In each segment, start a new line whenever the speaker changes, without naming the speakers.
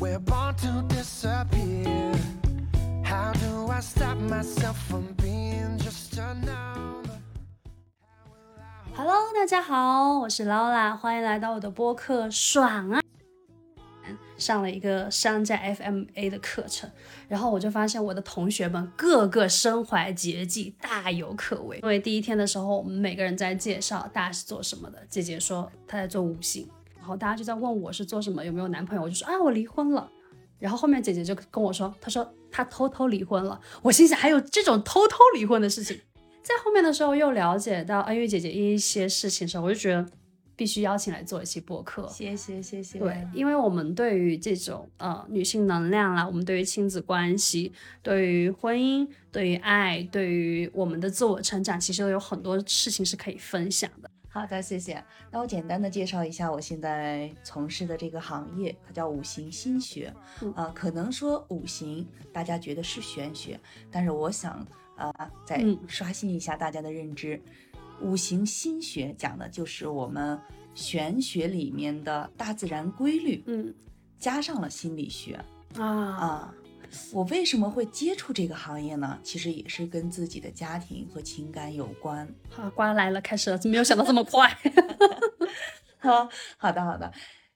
to disappear? How do I stop myself from being just a number?
Hello，大家好，我是 Lola，欢迎来到我的播客，爽啊！上了一个商战 FMA 的课程，然后我就发现我的同学们个个身怀绝技，大有可为。因为第一天的时候，我们每个人在介绍大家是做什么的，姐姐说她在做五行，然后大家就在问我是做什么，有没有男朋友，我就说啊我离婚了。然后后面姐姐就跟我说，她说她偷偷离婚了，我心想还有这种偷偷离婚的事情。在后面的时候又了解到恩玉姐姐一些事情的时候，我就觉得必须邀请来做一期播客，
谢谢谢谢。
对，因为我们对于这种呃女性能量啦，我们对于亲子关系、对于婚姻、对于爱、对于我们的自我成长，其实有很多事情是可以分享的。
好的，谢谢。那我简单的介绍一下我现在从事的这个行业，它叫五行心学。啊、
嗯
可能说五行大家觉得是玄学，但是我想啊、呃再
嗯
刷新一下大家的认知。五行心学讲的就是我们玄学里面的大自然规律，
嗯
加上了心理学。
啊
啊，我为什么会接触这个行业呢？其实也是跟自己的家庭和情感有关。
好，瓜来了，开始了，没有想到这么快。
好 好的好的，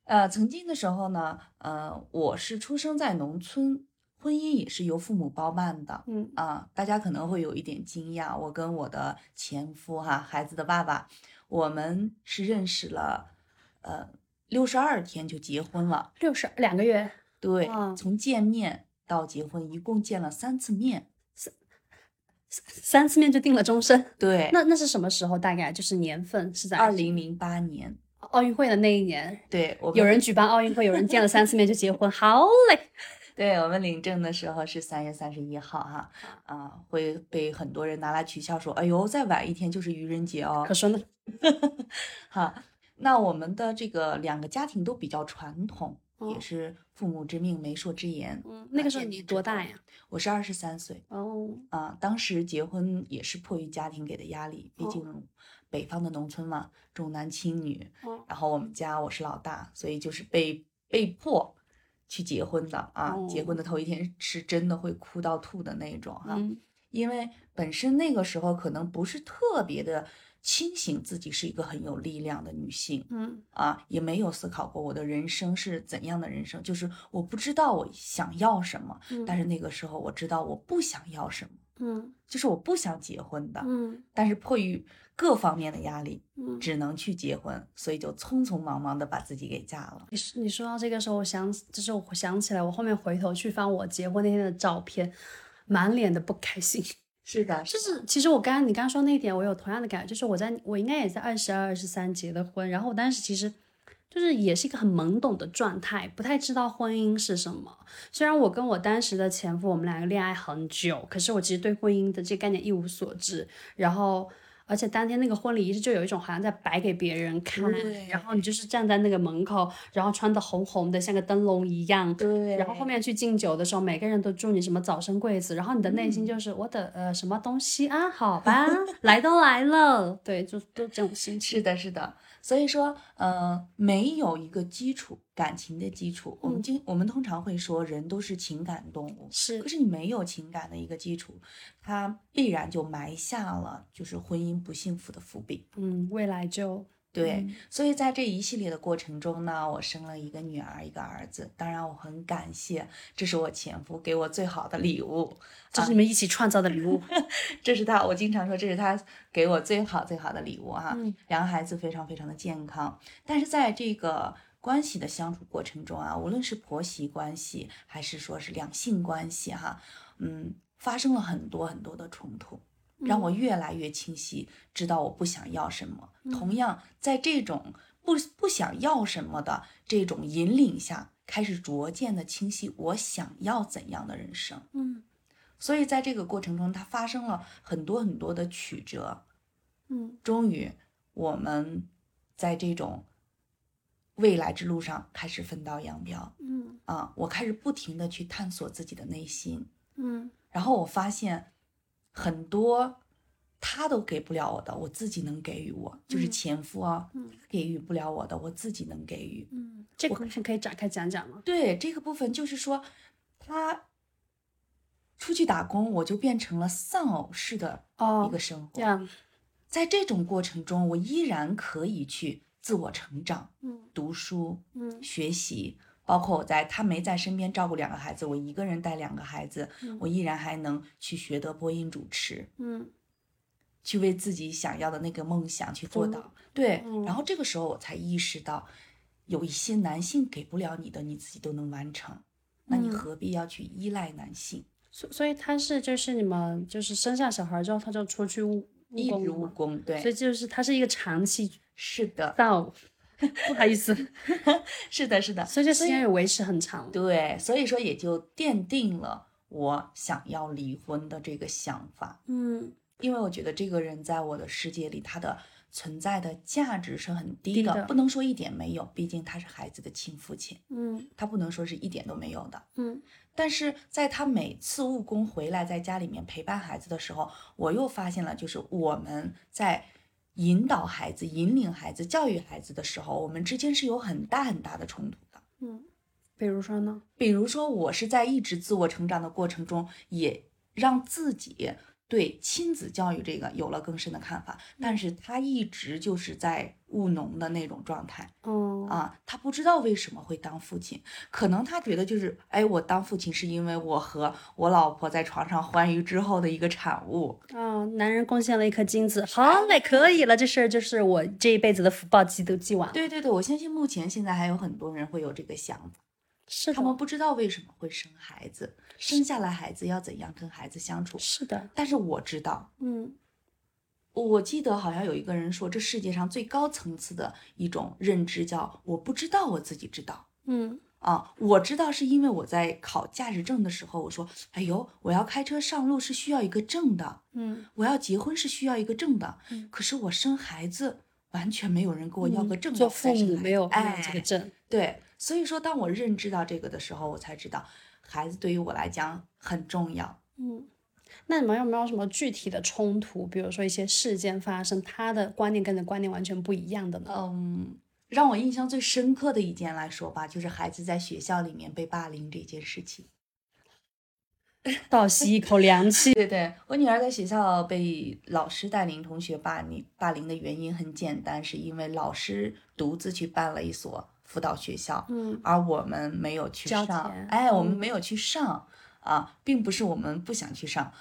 呃，曾经的时候呢，呃，我是出生在农村，婚姻也是由父母包办的。
嗯
啊，大家可能会有一点惊讶，我跟我的前夫哈、孩子的爸爸，我们是认识了，呃，六十二天就结婚了。
六十两个月，
对
哇，
从见面到结婚，一共见了三次面。
三次面就定了终身。
对，
那那是什么时候？大概就是年份是在
二零零八年，
奥运会的那一年，
对我们
有人举办奥运会，有人见了三次面就结婚。好嘞，
对我们领证的时候是三月三十一号哈，啊，会被很多人拿来取笑说，哎呦，再晚一天就是愚人节哦
可。说呢。
哈，那我们的这个两个家庭都比较传统，
哦
也是父母之命媒妁之言。
嗯，那个时候你多大呀？
我是二十三岁
哦，
啊，当时结婚也是迫于家庭给的压力，毕
哦
竟北方的农村嘛，重男轻女，
哦
然后我们家我是老大，所以就是被被迫去结婚的啊。结
哦
婚的头一天是真的会哭到吐的那种哈、
嗯
因为本身那个时候可能不是特别的清醒，自己是一个很有力量的女性
嗯
啊，也没有思考过我的人生是怎样的人生，就是我不知道我想要什么，
嗯，
但是那个时候我知道我不想要什么，
嗯
就是我不想结婚的，
嗯
但是迫于各方面的压力，
嗯。
只能去结婚，所以就匆匆忙忙的把自己给嫁了。
你说你说到这个时候，我想就是我想起来，我后面回头去翻我结婚那天的照片，满脸的不开心。
是的，
就是其实我刚刚你刚刚说那一点，我有同样的感觉，就是我在我应该也在二十二、二十三结的婚，然后我当时其实就是也是一个很懵懂的状态，不太知道婚姻是什么。虽然我跟我当时的前夫我们两个恋爱很久，可是我其实对婚姻的这个概念一无所知，然后。而且当天那个婚礼仪式就有一种好像在摆给别人看，
对
然后你就是站在那个门口，然后穿的红红的，像个灯笼一样，
对
然后后面去敬酒的时候，每个人都祝你什么早生贵子，然后你的
嗯
内心就是、我的呃什么东西啊，好吧，来都来了， 对，就都这种心情。
是的，是的，所以说，呃，没有一个基础感情的基础，我们
嗯
经我们通常会说人都是情感动物，
是
可是你没有情感的一个基础，它必然就埋下了就是婚姻不幸福的伏笔。
嗯，未来就
对，
嗯
所以在这一系列的过程中呢，我生了一个女儿，一个儿子。当然，我很感谢，这是我前夫给我最好的礼物。
这是你们一起创造的礼 物。
这是他，我经常说这是他给我最好最好的礼物哈、
嗯
两个孩子非常非常的健康，但是在这个关系的相处过程中啊，无论是婆媳关系还是说是两性关系哈、嗯，发生了很多很多的冲突，让我越来越清晰知道我不想要什么。同样，在这种不不想要什么的这种引领下，开始逐渐的清晰我想要怎样的人生。
嗯
所以在这个过程中，它发生了很多很多的曲折。
嗯
终于，我们在这种未来之路上开始分道扬镳
嗯
啊！我开始不停的去探索自己的内心，
嗯
然后我发现很多他都给不了我的，我自己能给予我，就是
嗯
前夫啊，
嗯
他给予不了我的，我自己能给予。
嗯，这个部分可以展开讲讲吗？
对这个部分，就是说他出去打工，我就变成了丧偶式的一
哦
个，生活。
这样，
在这种过程中，我依然可以去自我成长、
嗯
读书、
嗯
学习，包括我在他没在身边照顾两个孩子，我一个人带两个孩子，
嗯
我依然还能去学得播音主持，
嗯
去为自己想要的那个梦想去做
嗯
到。对，
嗯
然后这个时候我才意识到，有一些男性给不了你的，你自己都能完成，那你
嗯
何必要去依赖 男性？
所所以他是就是你们就是生下小孩之后他就出去务务
一
工
直
了
务
吗，
工，
所以
对，
就是他是一个长期
是的，
到， 不好意 思，
是的，是的，
所以这时间也维持很长。
对，所以说也就奠定了我想要离婚的这个想法，
嗯，
因为我觉得这个人在我的世界里，他的存在的价值是很低
低
的，
的
不能说一点没有，毕竟他是孩子的亲父亲，
嗯
他不能说是一点都没有的。
嗯
但是在他每次务工回来，在家里面陪伴孩子的时候，我又发现了，就是我们在引导孩子、引领孩子、教育孩子的时候，我们之间是有很大很大的冲突的。
嗯，比如说呢？
比如说，我是在一直自我成长的过程中，也让自己对亲子教育这个有了更深的看法，但
嗯
是他一直就是在务农的那种状态
哦，
啊，他不知道为什么会当父亲，可能他觉得就是，哎，我当父亲是因为我和我老婆在床上欢愉之后的一个产物，
啊，男人贡献了一颗精子，好嘞，可以了，这事儿就是我这一辈子的福报积都积完了。
对对对，我相信目前现在还有很多人会有这个想法，
是
他们
的，
不知道为什么会生孩子，生下来孩子要怎样跟孩子相处，
是的，
但是我知道。
嗯
我记得好像有一个人说，这世界上最高层次的一种认知叫“我不知道我自己知道
嗯”
啊，我知道是因为我在考驾驶证的时候，我说：“哎呦，我要开车上路是需要一个证的，
嗯，
我要结婚是需要一个证的。
嗯
可是我生孩子，完全没有人给我要个证、
做父母没有没有
哎，
这个证，
对，所以说当我认知到这个的时候，我才知道孩子对于我来讲很重要。
嗯。那你们有没有什么具体的冲突？比如说一些事件发生，他的观念跟你的观念完全不一样的呢？
嗯，让我印象最深刻的一件来说吧，就是孩子在学校里面被霸凌这件事情。
倒吸一口凉气。
对对，我女儿在学校被老师带领同学霸凌，霸凌的原因很简单，是因为老师独自去办了一所辅导学校，
嗯
而我们没有去
交
上
钱。
哎，我们
嗯
没有去上啊，并不是我们不想去上。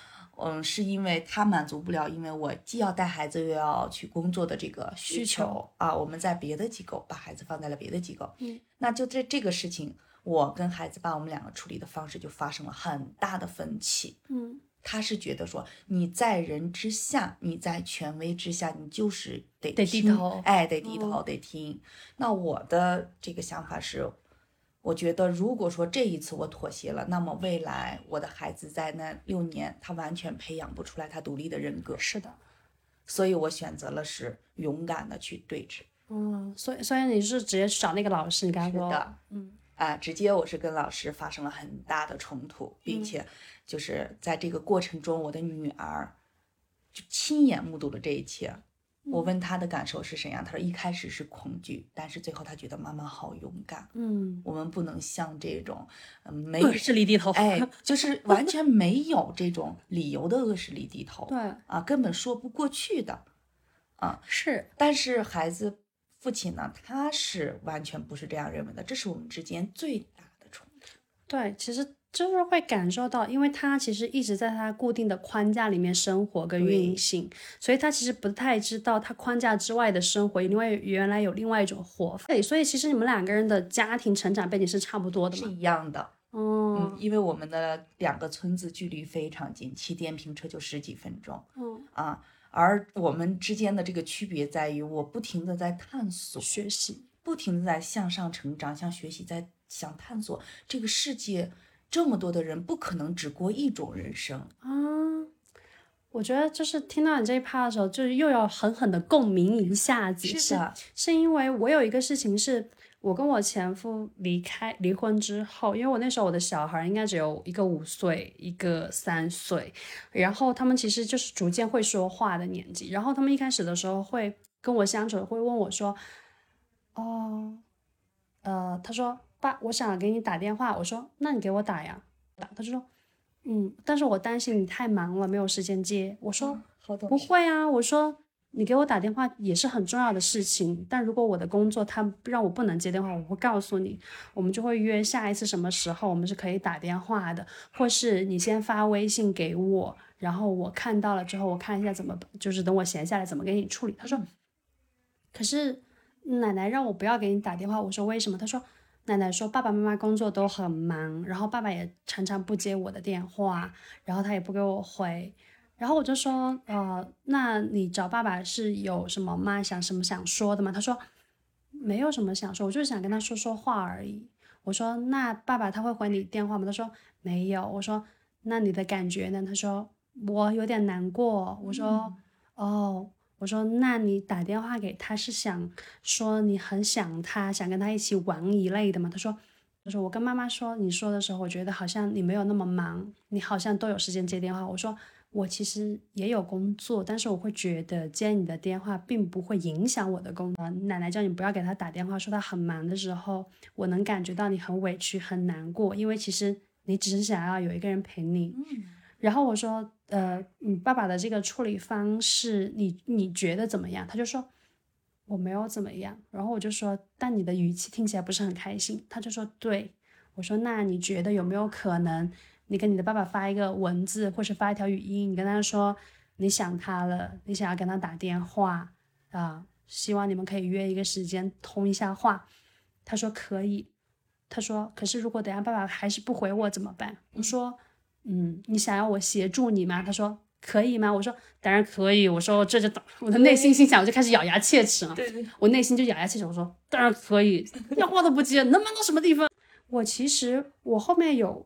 嗯，是因为他满足不了，因为我既要带孩子又要去工作的这个需
需
求
求
啊，我们在别的机构把孩子放在了别的机构，
嗯，
那就这这个事情，我跟孩子爸我们两个处理的方式就发生了很大的分歧。
嗯
他是觉得说你在人之下，你在权威之下，你就是得
得低
听
头
哎，得低头，
嗯
得听。那我的这个想法是，我觉得如果说这一次我妥协了，那么未来我的孩子在那六年，他完全培养不出来他独立的人格，
是的。
所以我选择了是勇敢的去对峙。
嗯，所以所以你是直接去找那个老师，你跟他
是
说，
的
嗯
啊，直接我是跟老师发生了很大的冲突，并
嗯
且就是在这个过程中，我的女儿就亲眼目睹了这一切。
嗯
我问她的感受是怎样，她说一开始是恐惧，但是最后她觉得妈妈好勇敢。
嗯，
我们不能像这种，嗯，没 有
恶势力低头，
哎，就是完全没有这种理由的恶势力低头，
对，
啊，根本说不过去的。
是，
但是孩子父亲呢，他是完全不是这样认为的，这是我们之间最大的冲突。
对，其实就是会感受到，因为他其实一直在他固定的框架里面生活跟
对
运行，所以他其实不太知道他框架之外的生活，因为原来有另外一种活法。对，所以其实你们两个人的家庭成长背景是差不多的
是
嘛。
一样的。嗯，
嗯
因为我们的两个村子距离非常近，骑电瓶车就十几分钟
嗯，
啊。而我们之间的这个区别在于，我不停的在探索，
学习，
不停的在向上成长，向学习，在想探索这个世界。这么多的人不可能只过一种人生，
啊，我觉得就是听到你这一趴的时候，嗯就是又要狠狠的共鸣一下子，
是的，
是因为我有一个事情是，我跟我前夫离开离婚之后，因为我那时候我的小孩应该只有一个五岁，一个三岁，然后他们其实就是逐渐会说话的年纪。然后他们一开始的时候会跟我相处，会问我说：“哦，呃，他说爸，我想给你打电话。”我说：“那你给我打呀。”打，他就说：“嗯，但是我担心你太忙了，没有时间接。”我说：“
哦好懂
不会啊，我说你给我打电话也是很重要的事情，但如果我的工作他让我不能接电话，我会告诉你，我们就会约下一次什么时候我们是可以打电话的，或是你先发微信给我，然后我看到了之后，我看一下怎么，就是等我闲下来怎么给你处理。他说，可是奶奶让我不要给你打电话，我说为什么？他说。奶奶说，爸爸妈妈工作都很忙，然后爸爸也常常不接我的电话，然后他也不给我回，然后我就说，呃，那你找爸爸是有什么吗？想什么想说的吗？他说没有什么想说，我就是想跟他说说话而已。我说那爸爸他会回你电话吗？他说没有。我说那你的感觉呢？他说我有点难过。我说、哦，我说那你打电话给他是想说你很想他，想跟他一起玩一类的吗？他说。他说我跟妈妈说你说的时候，我觉得好像你没有那么忙，你好像都有时间接电话。我说我其实也有工作，但是我会觉得接你的电话并不会影响我的工作。呃奶奶叫你不要给她打电话，说她很忙的时候，我能感觉到你很委屈、很难过，因为其实你只是想要有一个人陪你。然后我说，呃，你爸爸的这个处理方式，你你觉得怎么样？他就说我没有怎么样。然后我就说，但你的语气听起来不是很开心。他就说，对。我说，那你觉得有没有可能，你跟你的爸爸发一个文字，或是发一条语音，你跟他说你想他了，你想要跟他打电话啊、希望你们可以约一个时间通一下话。他说可以。他说，可是如果等下爸爸还是不回我怎么办？我说。嗯，你想要我协助你吗？他说可以吗？我说当然可以。我说这就打我的内心心想，我就开始咬牙切齿了。
对对，
我内心就咬牙切齿，我说当然可以，要话都不接，能忙到什么地方？我其实我后面有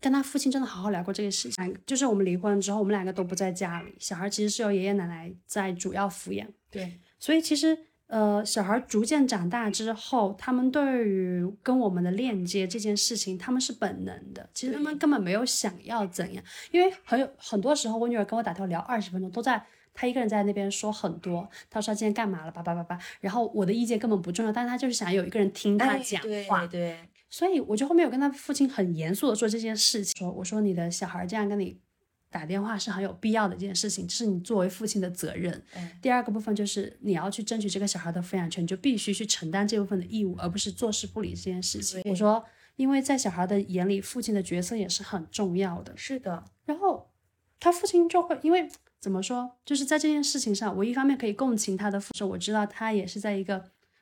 跟他父亲真的好好聊过这个事情，就是我们离婚之后，我们两个都不在家里，小孩其实是由爷爷奶奶在主要抚养。
对，
所以其实呃，小孩逐渐长大之后，他们对于跟我们的链接这件事情，他们是本能的。其实他们
对
根本没有想要怎样，因为很有很多时候，我女儿跟我打电话聊二十分钟，都在她一个人在那边说很多，她说她今天干嘛了，叭叭叭叭，然后我的意见根本不重要，但是她就是想有一个人听她
哎
讲
对
话。
对，
所以我就后面有跟他父亲很严肃的说这件事情，说我说你的小孩这样跟你打电话是很有必要的一件事情，这是你作为父亲的责任。
嗯
第二个部分就是你要去争取这个小孩的抚养权，你就必须去承担这部分的义务，而不是坐视不理这件事情。
对
我说，因为在小孩的眼里，父亲的角色也是很重要的。
是的，
然后他父亲就会因为怎么说，就是在这件事情上，我一方面可以共情他的父亲，我知道他也是在一个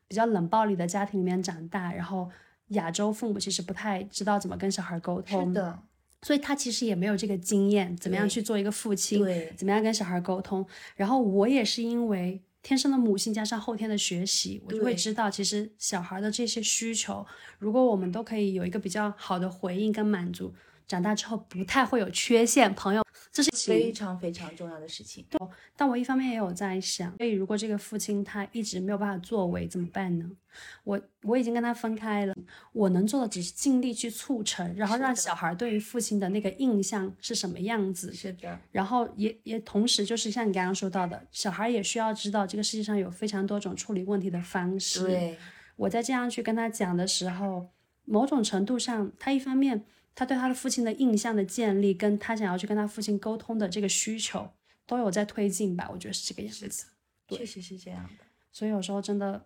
比较冷暴力的家庭里面长大，然后亚洲父母其实不太知道怎么跟小孩沟
是
通，
的，
所以他其实也没有这个经验，怎么样
对
去做一个父亲，
对，
怎么样跟小孩沟通。然后我也是因为天生的母性加上后天的学习，我就会
对
知道，其实小孩的这些需求，如果我们都可以有一个比较好的回应跟满足，长大之后不太会有缺陷。朋友，这是
非常非常重要的事情。
但我一方面也有在想，所以如果这个父亲他一直没有办法作为怎么办呢？我我已经跟他分开了，我能做的只是尽力去促成，然后
是
让
的
小孩对于父亲的那个印象是什么样子，
是的，
然后也也同时就是像你刚刚说到的，小孩也需要知道这个世界上有非常多种处理问题的方式。，
对，
我在这样去跟他讲的时候，某种程度上，他一方面他对他的父亲的印象的建立，跟他想要去跟他父亲沟通的这个需求，都有在推进吧，我觉得是这个样
是的
子。对
确实是这样的。
所以有时候真的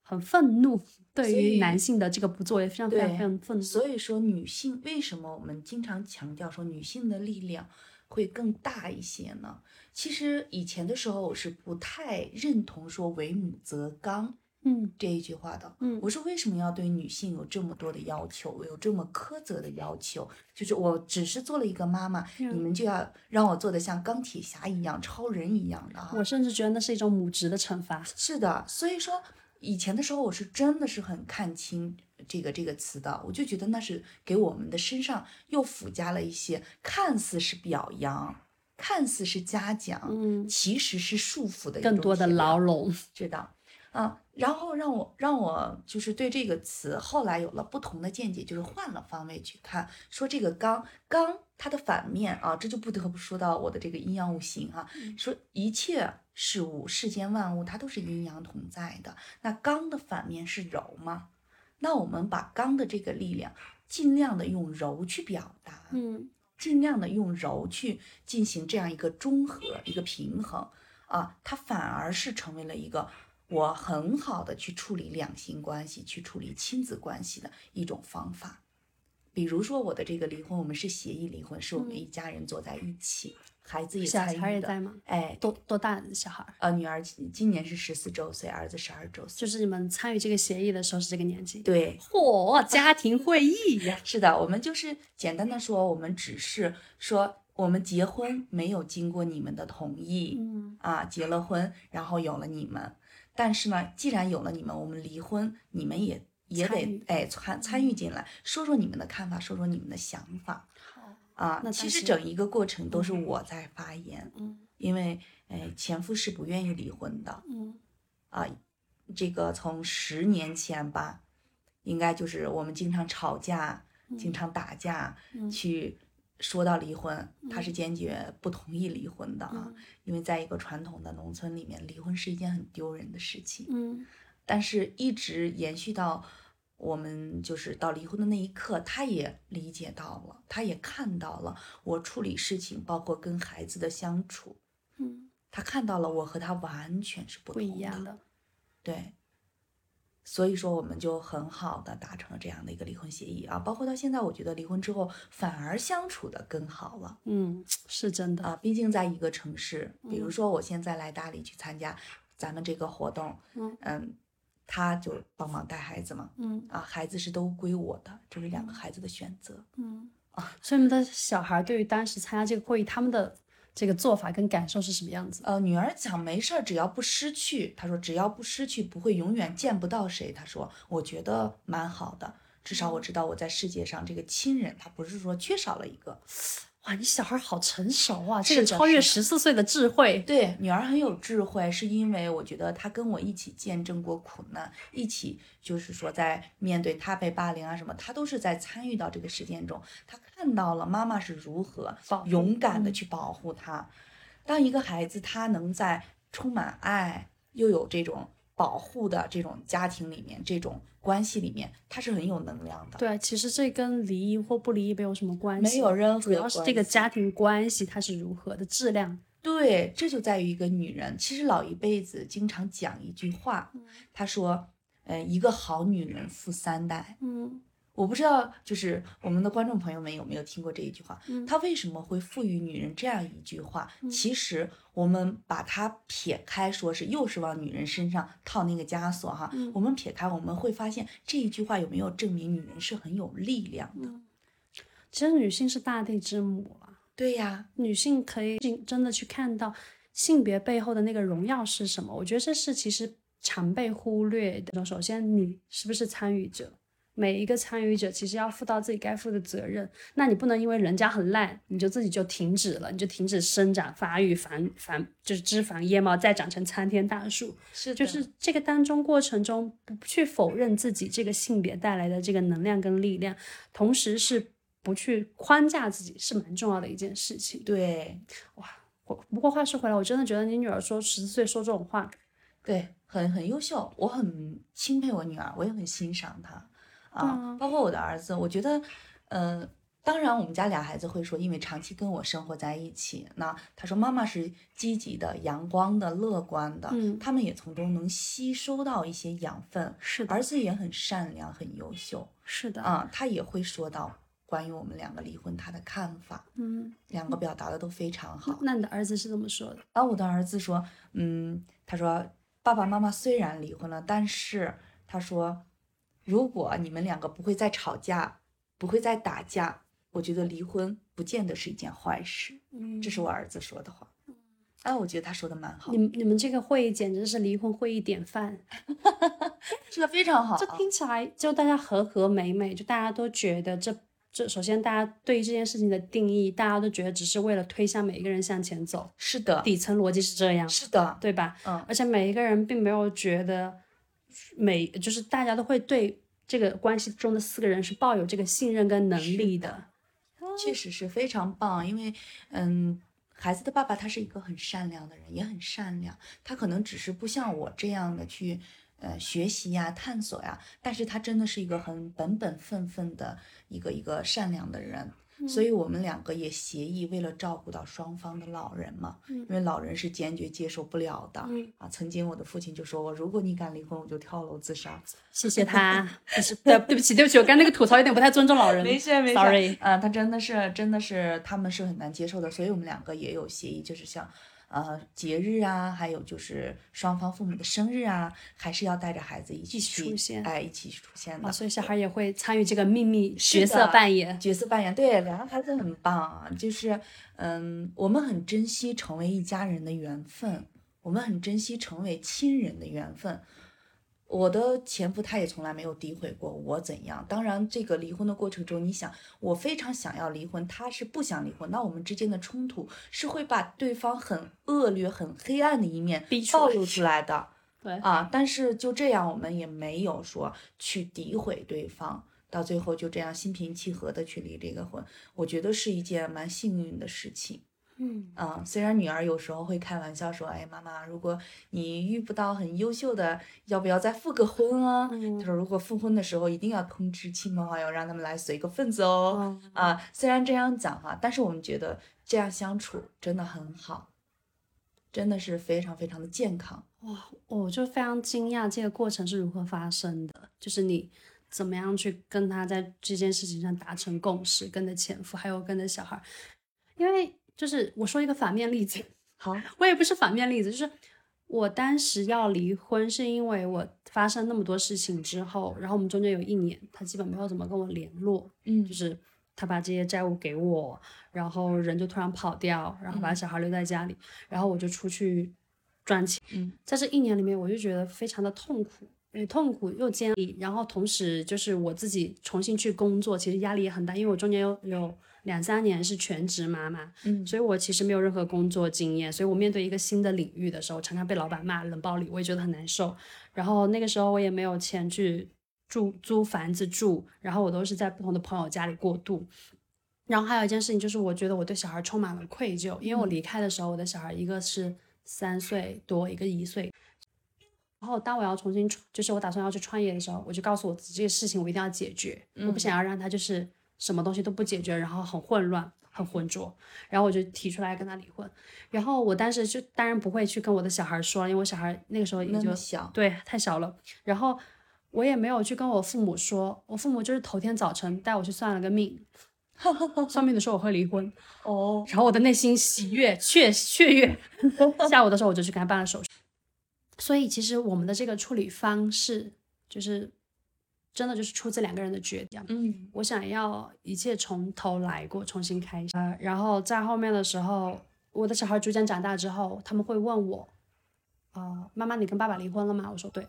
很愤怒，对
所
于
以
男性的这个不作为，非常非常
对
非常愤怒。
所以说，女性为什么我们经常强调说女性的力量会更大一些呢？其实以前的时候，我是不太认同说“为母则刚”
嗯
这一句话的。
嗯
我说为什么要对女性有这么多的要求，我有这么苛责的要求？就是我只是做了一个妈妈，
嗯
你们就要让我做的像钢铁侠一样、超人一样的啊！
我甚至觉得那是一种母职的惩罚。
是的，所以说以前的时候，我是真的是很看清这个这个词的，我就觉得那是给我们的身上又附加了一些看似是表扬，看似是嘉奖，
嗯，
其实是束缚的一
更
种
多的
体谅
牢笼。
知道，啊，然后让我让我就是对这个词后来有了不同的见解，就是换了方位去看，说这个刚刚它的反面啊，这就不得不说到我的这个阴阳五行哈、说一切事物世间万物它都是阴阳同在的，那刚的反面是柔嘛，那我们把刚的这个力量尽量的用柔去表达，
嗯
尽量的用柔去进行这样一个中和、一个平衡啊，它反而是成为了一个我很好的去处理两性关系、去处理亲子关系的一种方法。比如说我的这个离婚，我们是协议离婚，是我们
嗯
一家人坐在一起，孩子也
小
参
孩儿
与
也
的。
在吗？
哎，
多多大的小孩儿？
呃，女儿今今年是十四周岁，儿子十二周岁。
就是你们参与这个协议的时候是这个年 纪。
对，
嚯、 家庭会议呀！
是的，我们就是简单的说，我们只是说我们结婚没有经过你们的同意，
嗯
啊，结了婚，然后有了你们。但是呢，既然有了你们，我们离婚，你们也也
参
得
与
哎参参与进来，说说你们的看法，说说你们的想法啊
那。嗯
其
当
实
时
整一个过程都是我在发言，
嗯
因为哎前夫是不愿意离婚的
嗯
啊。这个从十年前吧，应该就是我们经常吵架，经常打架，
嗯
去说到离婚，他是坚决不同意离婚的啊。
嗯
因为在一个传统的农村里面，离婚是一件很丢人的事情。
嗯
但是，一直延续到我们就是到离婚的那一刻，他也理解到了，他也看到了我处理事情，包括跟孩子的相处，
嗯，
他看到了我和他完全是不
不
同
一样
的。
的。
对，所以说我们就很好的达成了这样的一个离婚协议啊，包括到现在，我觉得离婚之后反而相处的更好了。
嗯，是真的。
啊，毕竟在一个城市，比如
嗯
说我现在来大理去参加咱们这个活动，
嗯
嗯，他就帮忙带孩子嘛，
嗯
啊，孩子是都归我的，就是两个孩子的选择。
嗯。所以你们的小孩对于当时参加这个会议，他们的这个做法跟感受是什么样子的？
呃，女儿讲没事儿，只要不失去，她说只要不失去，不会永远见不到谁。她说我觉得蛮好的，至少我
嗯
知道我在世界上这个亲人，他不是说缺少了一个，
哇，你小孩好成熟啊！这
是
个
的
超越
是
十四岁的智慧，
对，女儿很有智慧，是因为我觉得她跟我一起见证过苦难，一起就是说在面对她被霸凌啊什么，她都是在参与到这个事件中，她看到了妈妈是如何
保护
勇敢的
嗯
去保护她。当一个孩子他能在充满爱又有这种保护的这种家庭里面，这种关系里面，他是很有能量的。
对，啊其实这跟离异或不离异没有什么关系，
没有任何
主要是这个
关系
家庭关系它是如何的质量。
对，这就在于一个女人。其实老一辈子经常讲一句话，
嗯
她说：“呃，一个好女人富三代。
嗯”
我不知道，就是我们的观众朋友们有没有听过这一句话？
嗯
她为什么会赋予女人这样一句话？其实我们把它撇开，说是又是往女人身上套那个枷锁哈。
嗯
我们撇开，我们会发现这一句话有没有证明女人是很有力量
嗯
的？
其实女性是大地之母了，
对呀，
女性可以真的去看到性别背后的那个荣耀是什么。我觉得这是其实常被忽略的。首先，你是不是参与者？每一个参与者其实要负到自己该负的责任，那你不能因为人家很烂，你就自己就停止了，你就停止生长发育繁繁就是枝繁叶茂，再长成参天大树。
是
就是这个当中过程中，不去否认自己这个性别带来的这个能量跟力量，同时是不去框架自己，是蛮重要的一件事情。
对
我不过话说回来，我真的觉得你女儿说十四岁说这种话，
对，很很优秀，我很钦佩我女儿，我也很欣赏她啊
啊，
包括我的儿子，我觉得，呃，当然我们家俩孩子会说，因为长期跟我生活在一起，那他说妈妈是积极的、阳光的、乐观的，
嗯
他们也从中能吸收到一些养分。
是
儿子也很善良、很优秀
是的，
啊，他也会说到关于我们两个离婚他的看法，
嗯，
两个表达的都非常好。
那你的儿子是这么说的，
然后我的儿子说，嗯，他说爸爸妈妈虽然离婚了，但是他说，如果你们两个不会再吵架，不会再打架，我觉得离婚不见得是一件坏事。
嗯
这是我儿子说的话。哎，我觉得他说的蛮好
你，们你们这个会议简直是离婚会议典范，
说的非常好
这听起来就大家和和美美，就大家都觉得这这，首先大家对于这件事情的定义，大家都觉得只是为了推向每一个人向前走，
是的，
底层逻辑是这样，
是的，
对吧？
嗯
而且每一个人并没有觉得每就是大家都会对这个关系中的四个人是抱有这个信任跟能力的。
确实是非常棒，因为，嗯，孩子的爸爸他是一个很善良的人，也很善良。他可能只是不像我这样的去，呃，学习呀、探索呀，但是他真的是一个很本本分分的一个一个善良的嗯人。
嗯
所以我们两个也协议，为了照顾到双方的老人嘛，
嗯
因为老人是坚决接受不了的。
嗯
啊，曾经我的父亲就说我，如果你敢离婚，我就跳楼自杀。
谢谢他，不是对，对不起，对不起，我刚才那个吐槽有点不太尊重老人。
没事没事
Sorry，
呃，他真的是真的是他们是很难接受的，所以我们两个也有协议，就是像呃节日啊，还有就是双方父母的生日啊，还是要带着孩子一起
一起出现
哎，一起出现的。
啊，所以小孩也会参与这个秘密角
的
色扮演。
角色扮演，对，两个孩子很棒啊，就是，嗯，我们很珍惜成为一家人的缘分，我们很珍惜成为亲人的缘分。我的前夫他也从来没有诋毁过我怎样。当然，这个离婚的过程中，你想，我非常想要离婚，他是不想离婚，那我们之间的冲突是会把对方很恶劣、很黑暗的一面
逼出来
暴露出来的。
对
啊，但是就这样，我们也没有说去诋毁对方，到最后就这样心平气和的去离这个婚，我觉得是一件蛮幸运的事情。
嗯，
啊，虽然女儿有时候会开玩笑说：“哎，妈妈，如果你遇不到很优秀的，要不要再复个婚啊？”她说：“如果复婚的时候，一定要通知亲朋好友，让他们来随个份子哦。
哦
啊，虽然这样讲哈、但是我们觉得这样相处真的很好，真的是非常非常的健康。
哇，我就非常惊讶这个过程是如何发生的，就是你怎么样去跟他在这件事情上达成共识，跟你的前夫还有跟你的小孩儿，因为就是我说一个反面例子，
好，
我也不是反面例子，就是我当时要离婚，是因为我发生那么多事情之后，然后我们中间有一年，他基本没有怎么跟我联络，
嗯
就，是他把这些债务给我，然后人就突然跑掉，然后把
嗯
小孩留在家里，然后我就出去赚钱。
嗯，
在这一年里面，我就觉得非常的痛苦，也痛苦又煎熬，然后同时就是我自己重新去工作，其实压力也很大，因为我中间有有两三年是全职妈妈，
嗯
所以我其实没有任何工作经验，所以我面对一个新的领域的时候，常常被老板骂冷暴力，我也觉得很难受。然后那个时候我也没有钱去住租房子住，然后我都是在不同的朋友家里过度。然后还有一件事情就是，我觉得我对小孩充满了愧疚，因为我
嗯
离开的时候，我的小孩一个是三岁多，一个一岁。然后当我要重新创，就是我打算要去创业的时候，我就告诉我自己这个事情我一定要解决，我不
嗯
想要让他就是什么东西都不解决，然后很混乱、很浑浊。然后我就提出来跟他离婚。然后我当时就当然不会去跟我的小孩说了，因为我小孩那个时候也
那
就
么小，
对太小了。然后我也没有去跟我父母说，我父母就是头天早晨带我去算了个 命，算命的说我会离婚，
哦，
然后我的内心喜悦、雀雀跃。 下午的时候我就去给他办了手续。所以其实我们的这个处理方式，就是真的就是出自两个人的决定。
嗯
我想要一切从头来过，重新开始。呃，然后在后面的时候，我的小孩逐渐长大之后，他们会问我，呃，妈妈，你跟爸爸离婚了吗？我说对。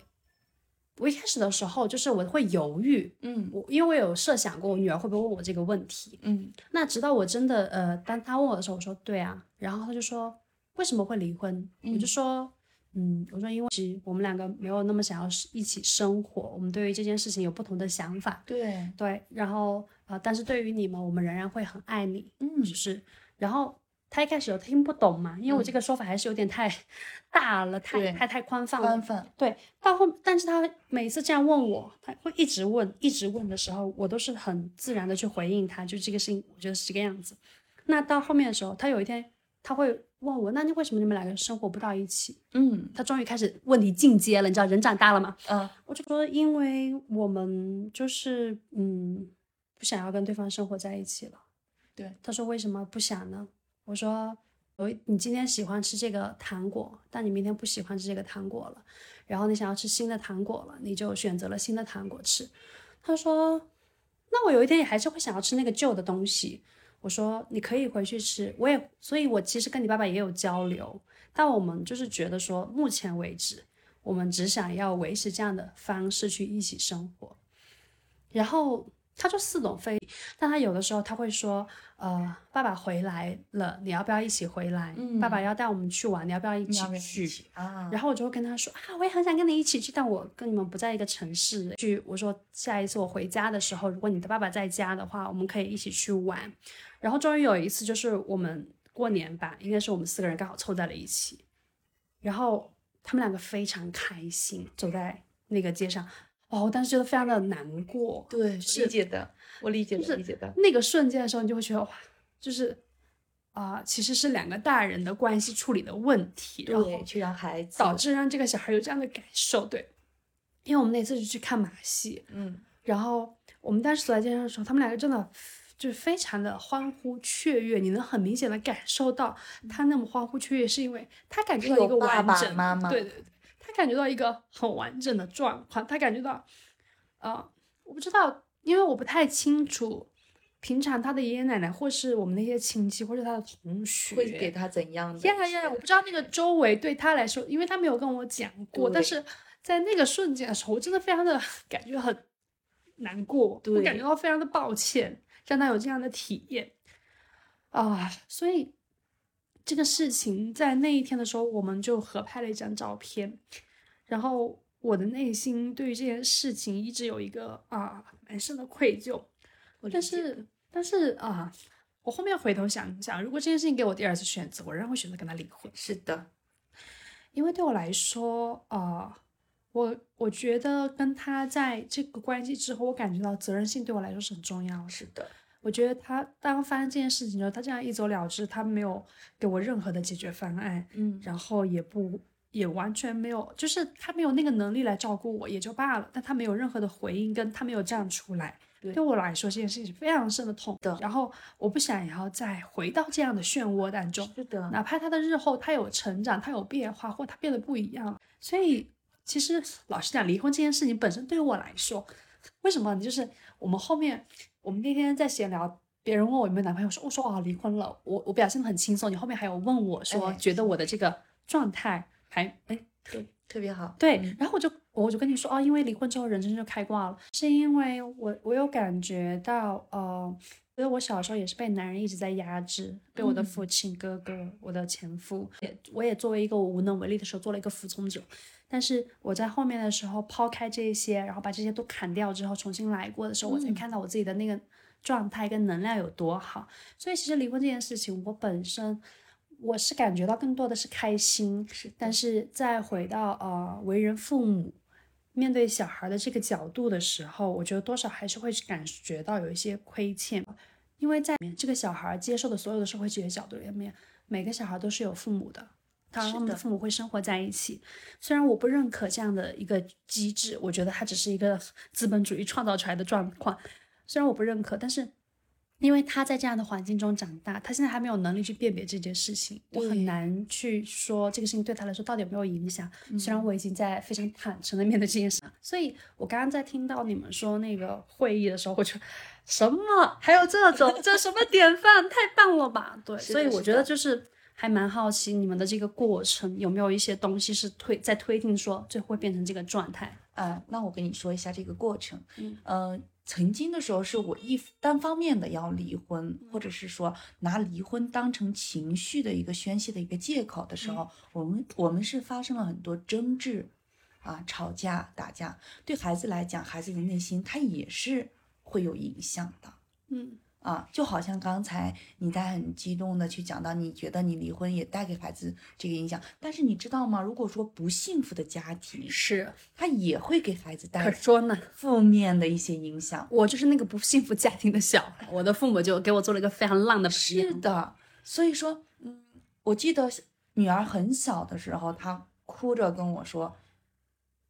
我一开始的时候，就是我会犹豫，
嗯
我因为我有设想过我女儿会不会问我这个问题。
嗯
那直到我真的呃，当她问我的时候，我说对啊，然后她就说为什么会离婚？我就
嗯
说。嗯，我说，因为其实我们两个没有那么想要一起生活，我们对于这件事情有不同的想法。
对，
对，然后呃，但是对于你们，我们仍然会很爱你，
嗯
就是，然后他一开始有听不懂嘛，因为我这
嗯
个说法还是有点太大了，太
对
太太宽泛
宽
了。
泛，
对，到后，但是他每次这样问我，他会一直问，一直问的时候，我都是很自然的去回应他，就这个事情，我觉得是这个样子。那到后面的时候，他有一天他会问我，那你为什么你们两个生活不到一起？
嗯
他终于开始问题进阶了，你知道，人长大了嘛，
嗯
我就说，因为我们就是嗯，不想要跟对方生活在一起了。
对，
他说为什么不想呢？我说，我你今天喜欢吃这个糖果，但你明天不喜欢吃这个糖果了，然后你想要吃新的糖果了，你就选择了新的糖果吃。他说，那我有一天也还是会想要吃那个旧的东西。我说你可以回去吃，我也，所以我其实跟你爸爸也有交流，但我们就是觉得说，目前为止，我们只想要维持这样的方式去一起生活。然后他就似懂非懂，但他有的时候他会说，呃，爸爸回来了，你要不要一起回来？
嗯
爸爸要带我们去玩，你要不要一
你
起
要不要一
去？
起啊？
然后我就会跟他说啊，我也很想跟你一起去，但我跟你们不在一个城市。去，我说下一次我回家的时候，如果你的爸爸在家的话，我们可以一起去玩。然后终于有一次，就是我们过年吧，应该是我们四个人刚好凑在了一起，然后他们两个非常开心，走在那个街上，哦，我当时觉得非常的难过。
对，
是
理解的，我理解
就是
的，理解的。
那个瞬间的时候，你就会觉得哇，就是啊、其实是两个大人的关系处理的问题，然后
对，去让孩子
导致让这个小孩有这样的感受。对，因为我们那次是去看马戏，
嗯
然后我们当时走在街上的时候，他们两个真的就是非常的欢呼雀跃，你能很明显的感受到他那么欢呼雀跃，是因为他感觉到
有
一个
爸
完
爸
整，
妈妈
对对对，他感觉到一个很完整的状况，他感觉到，呃，我不知道，因为我不太清楚。平常他的爷爷奶奶，或是我们那些亲戚，或者他的同学，
会给他怎样的一些？
呀呀啊呀！我不知道那个周围对他来说，因为他没有跟我讲过，但
对
是在那个瞬间的时候，我真的非常的 感觉很难过，我
对
感觉到非常的抱歉，让他有这样的体验啊。所以这个事情在那一天的时候，我们就合拍了一张照片，然后我的内心对于这件事情一直有一个啊蛮深的愧疚，
我理
但
解
是但是啊。我后面回头想一想，如果这件事情给我第二次选择，我仍然会选择跟他离婚，
是的，
因为对我来说，呃，我我觉得跟他在这个关系之后，我感觉到责任心对我来说是很重要的。
是的，
我觉得他当发生这件事情之后，他这样一走了之，他没有给我任何的解决方案，
嗯，
然后也不也完全没有，就是他没有那个能力来照顾我也就罢了，但他没有任何的回应，跟他没有站出来。
对
对我来说，这件事情是非常深的痛
的
然后我不想要再回到这样的漩涡当中。
是的，
哪怕他的日后他有成长，他有变化，或他变得不一样了。所以，其实老实讲，离婚这件事情本身对于我来说，为什么就是我们后面我们那天在闲聊，别人问我有没有男朋友，说我说哦离婚了，我我表现的很轻松，你后面还有问我说
哎
觉得我的这个状态还哎
对，特别好。
对，
嗯
然后我就我就跟你说哦，因为离婚之后人生就开挂了，是因为我我有感觉到呃，因为我小时候也是被男人一直在压制，被我的
嗯
父亲、哥哥、我的前夫，也我也作为一个我无能为力的时候做了一个服从者。但是我在后面的时候抛开这些，然后把这些都砍掉之后，重新来过的时候，我才
嗯
看到我自己的那个状态跟能量有多好。所以其实离婚这件事情，我本身我是感觉到更多的是开心，
是的，
但是再回到呃为人父母，面对小孩的这个角度的时候，我觉得多少还是会感觉到有一些亏欠，因为在这个小孩接受的所有的社会学角度里面，每个小孩都是有父母的。他
是
他们的
的
父母会生活在一起，虽然我不认可这样的一个机制，我觉得它只是一个资本主义创造出来的状况，虽然我不认可，但是因为他在这样的环境中长大，他现在还没有能力去辨别这件事情，我很
对
难去说这个事情对他来说到底有没有影响。虽然
嗯
我已经在非常坦诚的面对这件事，所以我刚刚在听到你们说那个会议的时候，我就什么还有这种这什么典范，太棒了吧？对，
是
所以
的
我
是
觉得
的
就是还蛮好奇你们的这个过程有没有一些东西是推在推进说最后会变成这个状态？
啊，那我跟你说一下这个过程。
嗯，
呃，曾经的时候是我一单方面的要离婚，
嗯
或者是说拿离婚当成情绪的一个宣泄的一个借口的时
嗯
候，我们我们是发生了很多争执，啊，吵架打架。对孩子来讲，孩子的内心他也是会有影响的。
嗯
啊，就好像刚才你在很激动的去讲到，你觉得你离婚也带给孩子这个影响，但是你知道吗？如果说不幸福的家庭，
是，
他也会给孩子带
可
来
说呢。
负面的一些影响。
我就是那个不幸福家庭的小孩，我的父母就给我做了一个非常浪的榜
是
样。
的，所以说，嗯，我记得女儿很小的时候，她哭着跟我说：“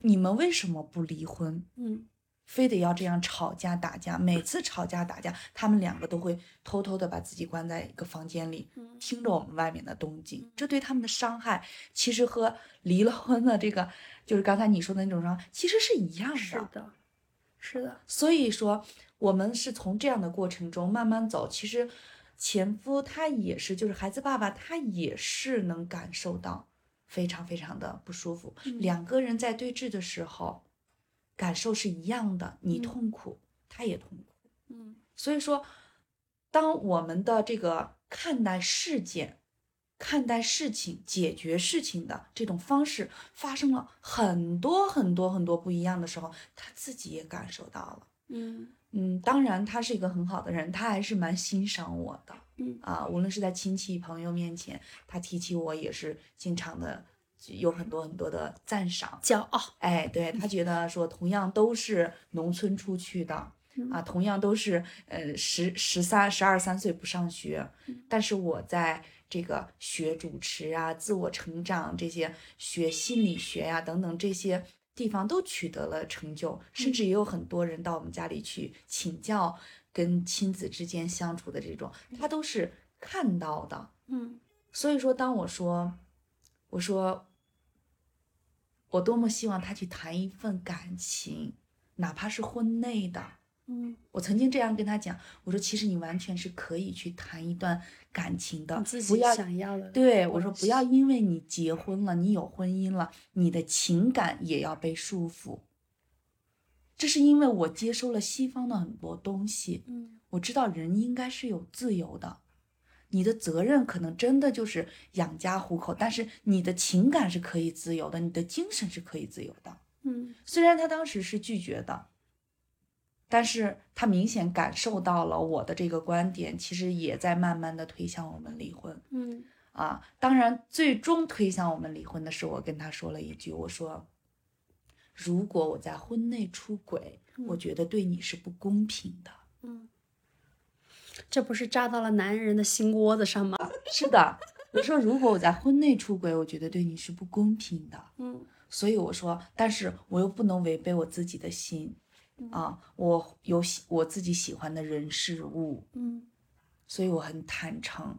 你们为什么不离婚？
嗯，
非得要这样吵架打架？每次吵架打架，他们两个都会偷偷的把自己关在一个房间里，
嗯
听着我们外面的动静，这对他们的伤害，其实和离了婚的这个，就是刚才你说的那种伤害，其实是一样
是的，是的，
所以说，我们是从这样的过程中慢慢走。其实，前夫他也是，就是孩子爸爸，他也是能感受到非常非常的不舒服。
嗯
两个人在对峙的时候，感受是一样的，你
嗯
痛苦，他也痛苦。
嗯
所以说，当我们的这个看待事件、看待事情、解决事情的这种方式发生了很多很多很多不一样的时候，他自己也感受到了。
嗯
嗯，当然他是一个很好的人，他还是蛮欣赏我的
嗯
啊。无论是在亲戚朋友面前，他提起我也是经常的有很多很多的赞赏。
骄傲，
哎，对他觉得说，同样都是农村出去的
嗯
啊，同样都是呃十十三、十二三岁不上学
嗯，
但是我在这个学主持啊、自我成长这些、学心理学呀、等等这些地方都取得了成就，
嗯
甚至也有很多人到我们家里去请教跟亲子之间相处的这种，他都是看到的，
嗯
所以说，当我说，我说，我多么希望他去谈一份感情，哪怕是婚内的。
嗯，
我曾经这样跟他讲，我说其实你完全是可以去谈一段感情的
你，自
不
己
要
想要的，
对我说不要因为你结婚了，你有婚姻了，你的情感也要被束缚。这是因为我接收了西方的很多东西，
嗯
我知道人应该是有自由的，你的责任可能真的就是养家糊口，但是你的情感是可以自由的，你的精神是可以自由的。
嗯
虽然他当时是拒绝的，但是他明显感受到了我的这个观点，其实也在慢慢的推向我们离婚
嗯
啊。当然，最终推向我们离婚的是我跟他说了一句，我说。如果我在婚内出轨，我
嗯
觉得对你是不公平的。
嗯，这不是扎到了男人的心窝子上吗？
是的，我说如果我在婚内出轨，我觉得对你是不公平的。
嗯
所以我说，但是我又不能违背我自己的心啊，我有喜我自己喜欢的人事物，
嗯
所以我很坦诚。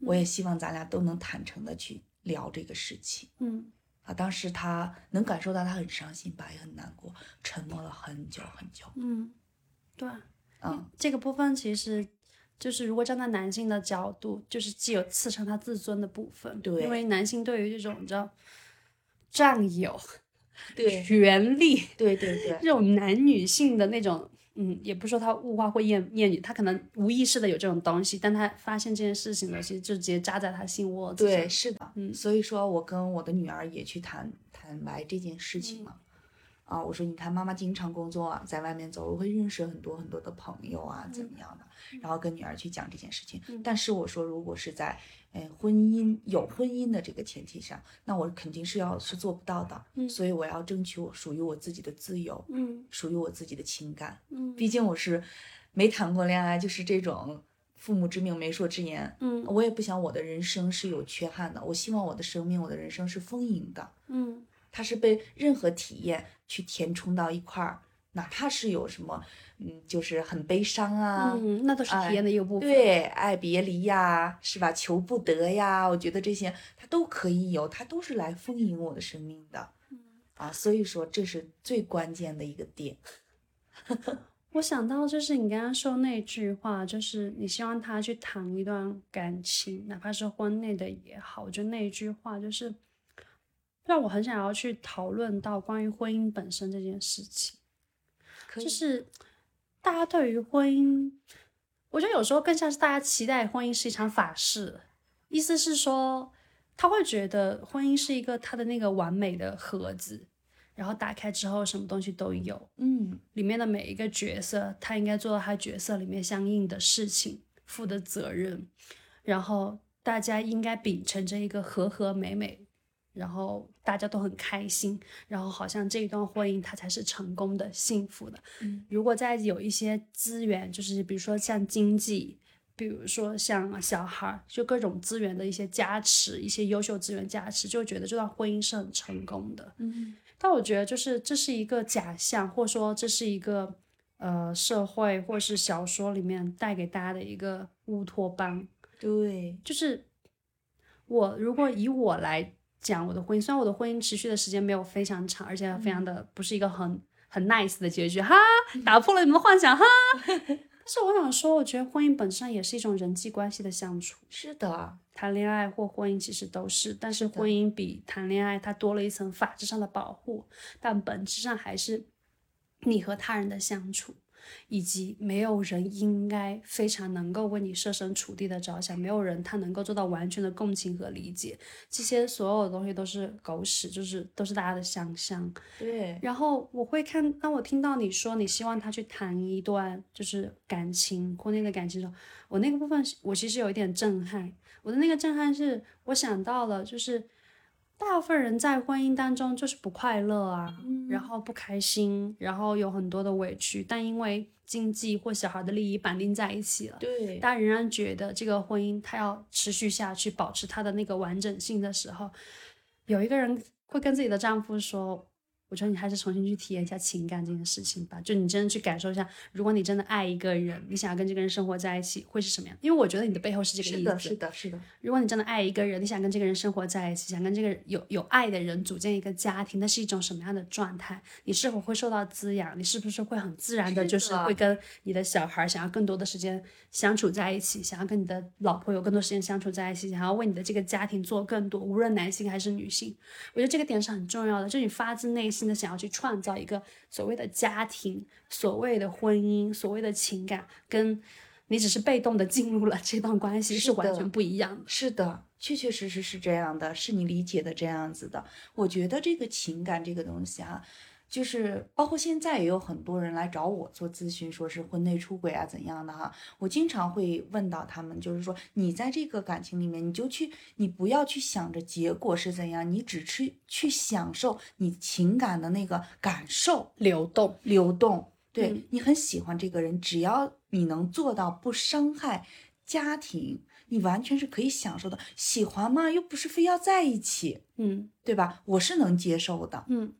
我也希望咱俩都能坦诚的去聊这个事情
嗯
啊。当时他能感受到他很伤心吧，也很难过，沉默了很久很久。
嗯，对。
嗯，
这个部分其实就是，如果站在男性的角度，就是既有刺伤他自尊的部分，
对
因为男性对于这种你知道占有、
对
权利
对对对，
这种男女性的那种，嗯，也不说他物化或厌厌女，他可能无意识的有这种东西，但他发现这件事情呢，其实就直接扎在他心窝子上。
对，是的，
嗯
所以说我跟我的女儿也去谈坦白这件事
嗯
情嘛。啊，我说你看，妈妈经常工作啊，在外面走路会认识很多很多的朋友啊，怎么样的？然后跟女儿去讲这件事情。
嗯
但是我说，如果是在嗯、呃婚姻有婚姻的这个前提上，那我肯定是要是做不到的。
嗯
所以我要争取我属于我自己的自由，
嗯
属于我自己的情感。
嗯
毕竟我是没谈过恋爱，就是这种父母之命媒妁之言，
嗯
我也不想我的人生是有缺憾的，我希望我的生命、我的人生是丰盈的，
嗯
它是被任何体验去填充到一块儿，哪怕是有什么，嗯，就是很悲伤啊，
嗯，那都是体验的一个部分。
对，爱别离呀，是吧？求不得呀，我觉得这些它都可以有，它都是来丰盈我的生命的，
嗯
啊，所以说这是最关键的一个点，
我想到就是你刚刚说那句话，就是你希望他去谈一段感情，哪怕是婚内的也好，我觉得那一句话就是让我很想要去讨论到关于婚姻本身这件事情，
可以
就是大家对于婚姻，我觉得有时候更像是大家期待婚姻是一场法事，意思是说他会觉得婚姻是一个他的那个完美的盒子，然后打开之后什么东西都有。
嗯，
里面的每一个角色，他应该做到他角色里面相应的事情，负的责任，然后大家应该秉承着一个和和美美，然后大家都很开心，然后好像这一段婚姻它才是成功的、幸福的。
嗯
如果再有一些资源，就是比如说像经济。比如说像小孩儿，就各种资源的一些加持，一些优秀资源加持，就觉得这段婚姻是很成功的。
嗯
但我觉得就是这是一个假象，或者说这是一个呃社会或是小说里面带给大家的一个乌托邦。
对，
就是我如果以我来讲我的婚姻，虽然我的婚姻持续的时间没有非常长，而且非常的不是一个很很 nice 的结局，哈，打破了你们的幻想，哈。 但是我想说，我觉得婚姻本身也是一种人际关系的相处。
是的，
谈恋爱或婚姻其实都是，但是
的
婚姻比谈恋爱它多了一层法制上的保护，但本质上还是你和他人的相处。以及没有人应该非常能够为你设身处地的着想，没有人他能够做到完全的共情和理解，这些所有的东西都是狗屎，就是都是大家的想象。
对，
然后我会看，当我听到你说你希望他去谈一段就是感情婚内的感情的时候，我那个部分是我其实有一点震撼。我的那个震撼是我想到了，就是大部分人在婚姻当中就是不快乐啊，然后不开心，然后有很多的委屈，但因为经济或小孩的利益绑定在一起了。
对，
大家仍然觉得这个婚姻它要持续下去，保持它的那个完整性的时候，有一个人会跟自己的丈夫说：“我觉得你还是重新去体验一下情感这件事情吧，就你真的去感受一下，如果你真的爱一个人，你想要跟这个人生活在一起，会是什么样？因为我觉得你的背后是这个
是
意
的，
思
是。的，是的，
如果你真的爱一个人，你想跟这个人生活在一起，想跟这个人有有爱的人组建一个家庭，那是一种什么样的状态？你是否会受到滋养？你是不是会很自然的，
是
就是
的
会跟你的小孩想要更多的时间相处在一起，想要跟你的老婆有更多时间相处在一起，想要为你的这个家庭做更多，无论男性还是女性，我觉得这个点是很重要的，就是你发自内心的想要去创造一个所谓的家庭、所谓的婚姻、所谓的情感跟。你只是被动的进入了这段关系，
是
是完
的
全不一样的。
是的，确确实实是这样的，是你理解的这样子的。我觉得这个情感这个东西啊，就是包括现在也有很多人来找我做咨询，说是婚内出轨啊怎样的哈、我经常会问到他们，就是说你在这个感情里面，你就去，你不要去想着结果是怎样，你只去去享受你情感的那个感受，
流动。
流动。对、
嗯
你很喜欢这个人，只要你能做到不伤害家庭，你完全是可以享受的。喜欢嘛，又不是非要在一起，
嗯
对吧？我是能接受的。
嗯，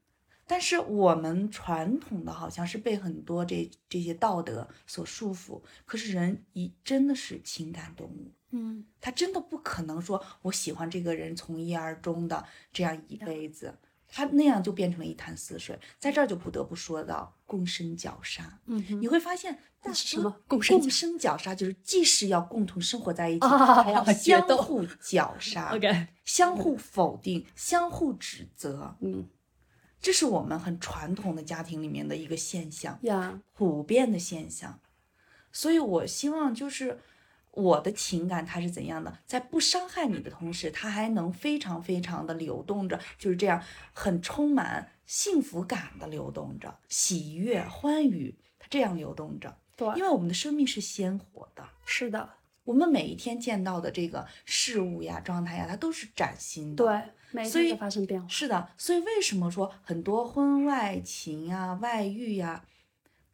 但是我们传统的好像是被很多这这些道德所束缚，可是人一真的是情感动物。
嗯，
他真的不可能说我喜欢这个人从一而终的这样一辈子，他那样就变成了一潭死水。在这儿就不得不说到共生绞杀，
嗯
你会发现大
是什
多
么共生绞
共生绞杀就是既是要共同生活在一起，
啊
还要
决
相
斗
互 绞杀、
，OK，
相互否定、相互指责，
嗯
这是我们很传统的家庭里面的一个现象。
呀，
普遍的现象。所以我希望就是我的情感它是怎样的，在不伤害你的同时，它还能非常非常的流动着，就是这样很充满幸福感的流动着，喜悦、欢愉，它这样流动着。
对，
因为我们的生命是鲜活的，
是的，
我们每一天见到的这个事物呀、状态呀，它都是崭新的。
对，每
所
天
以
都发生变化。
是的，所以为什么说很多婚外情呀、外遇呀，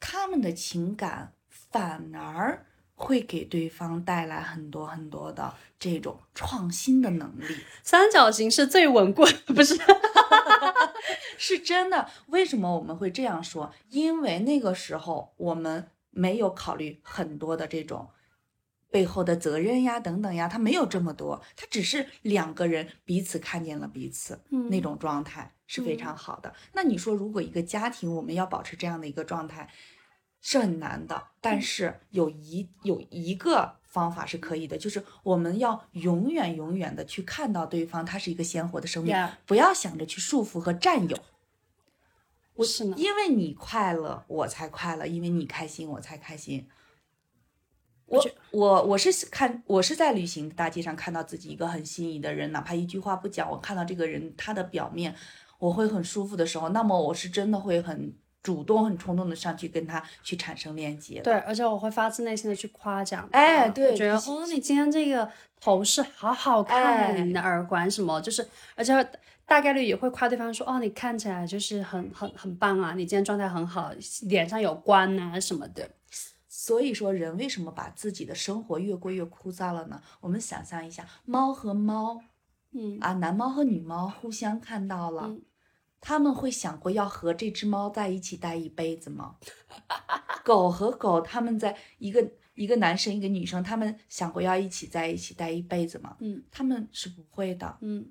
他们的情感反而会给对方带来很多很多的这种创新的能力，
三角形是最稳固的，不是？
是真的。为什么我们会这样说？因为那个时候我们没有考虑很多的这种。背后的责任呀，等等呀，他没有这么多，他只是两个人彼此看见了彼此，
嗯
那种状态是非常好的。那你说，如果一个家庭我们要保持这样的一个状态，是很难的。
嗯
但是有一有一个方法是可以的，就是我们要永远永远的去看到对方，他是一个鲜活的生命
Yeah
不要想着去束缚和占有。我
嗯是呢
因为你快乐，我才快乐；因为你开心，我才开心。
我
我
觉
我我是看我是在旅行的大街上看到自己一个很心仪的人，哪怕一句话不讲，我看到这个人他的表面，我会很舒服的时候，那么我是真的会很主动、很冲动的上去跟他去产生链接。
对，，而且我会发自内心的去夸奖他。
哎
我
对
觉得
你
哦，你今天这个头饰好好看啊，
哎
你的耳环什么，就是，而且大概率也会夸对方说，哦，你看起来就是很很很棒啊，你今天状态很好，脸上有光啊什么的。
所以说人为什么把自己的生活越过越枯燥了呢？我们想象一下，猫和猫
嗯，
啊，男猫和女猫互相看到了，
嗯
他们会想过要和这只猫在一起待一辈子吗？ 狗和狗，他们在一个一个男生一个女生，他们想过要一起在一起待一辈子吗？
嗯，
他们是不会的。
嗯，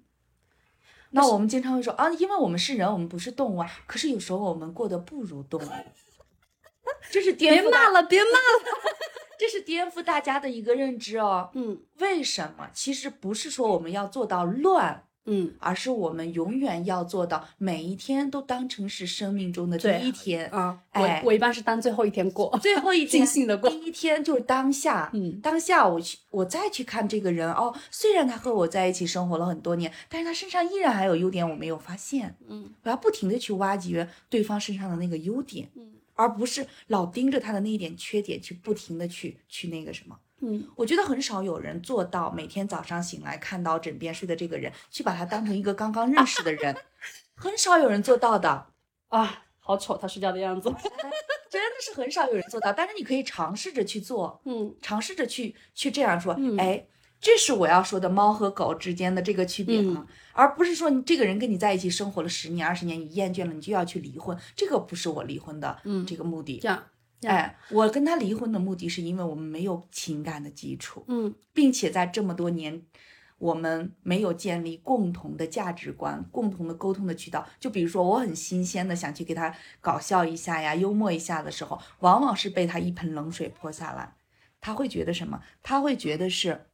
那我们经常会说啊，因为我们是人，我们不是动物啊。可是有时候我们过得不如动物， 这是
别
颠覆大，
骂了，别骂了。
这是颠覆大家的一个认知哦。
嗯
为什么？其实不是说我们要做到乱，
嗯，
而是我们永远要做到每一天都当成是生命中的第
对
一天，
啊，
哎
我我一般是当最后一天过，
最后一天
尽兴的过
第。一天就是当下，
嗯
当下我去，我再去看这个人哦。虽然他和我在一起生活了很多年，但是他身上依然还有优点我没有发现。
嗯，
我要不停的去挖掘对方身上的那个优点，
嗯，
而不是老盯着他的那一点缺点去不停的去去那个什么。
嗯，
我觉得很少有人做到每天早上醒来看到枕边睡的这个人，去把他当成一个刚刚认识的人，很少有人做到的。
啊，好丑，他睡觉的样子。
真的是很少有人做到，但是你可以尝试着去做，
嗯
尝试着去去这样说，
嗯
哎，这是我要说的猫和狗之间的这个区别啊，
嗯
而不是说你这个人跟你在一起生活了十年二十年，你厌倦了，你就要去离婚，这个不是我离婚的、
嗯
这个目的
这。样，这样
哎，我跟他离婚的目的是因为我们没有情感的基础，
嗯
并且在这么多年，我们没有建立共同的价值观、共同的沟通的渠道。就比如说，我很新鲜的想去给他搞笑一下呀、幽默一下的时候，往往是被他一盆冷水泼下来。他会觉得什么？他会觉得是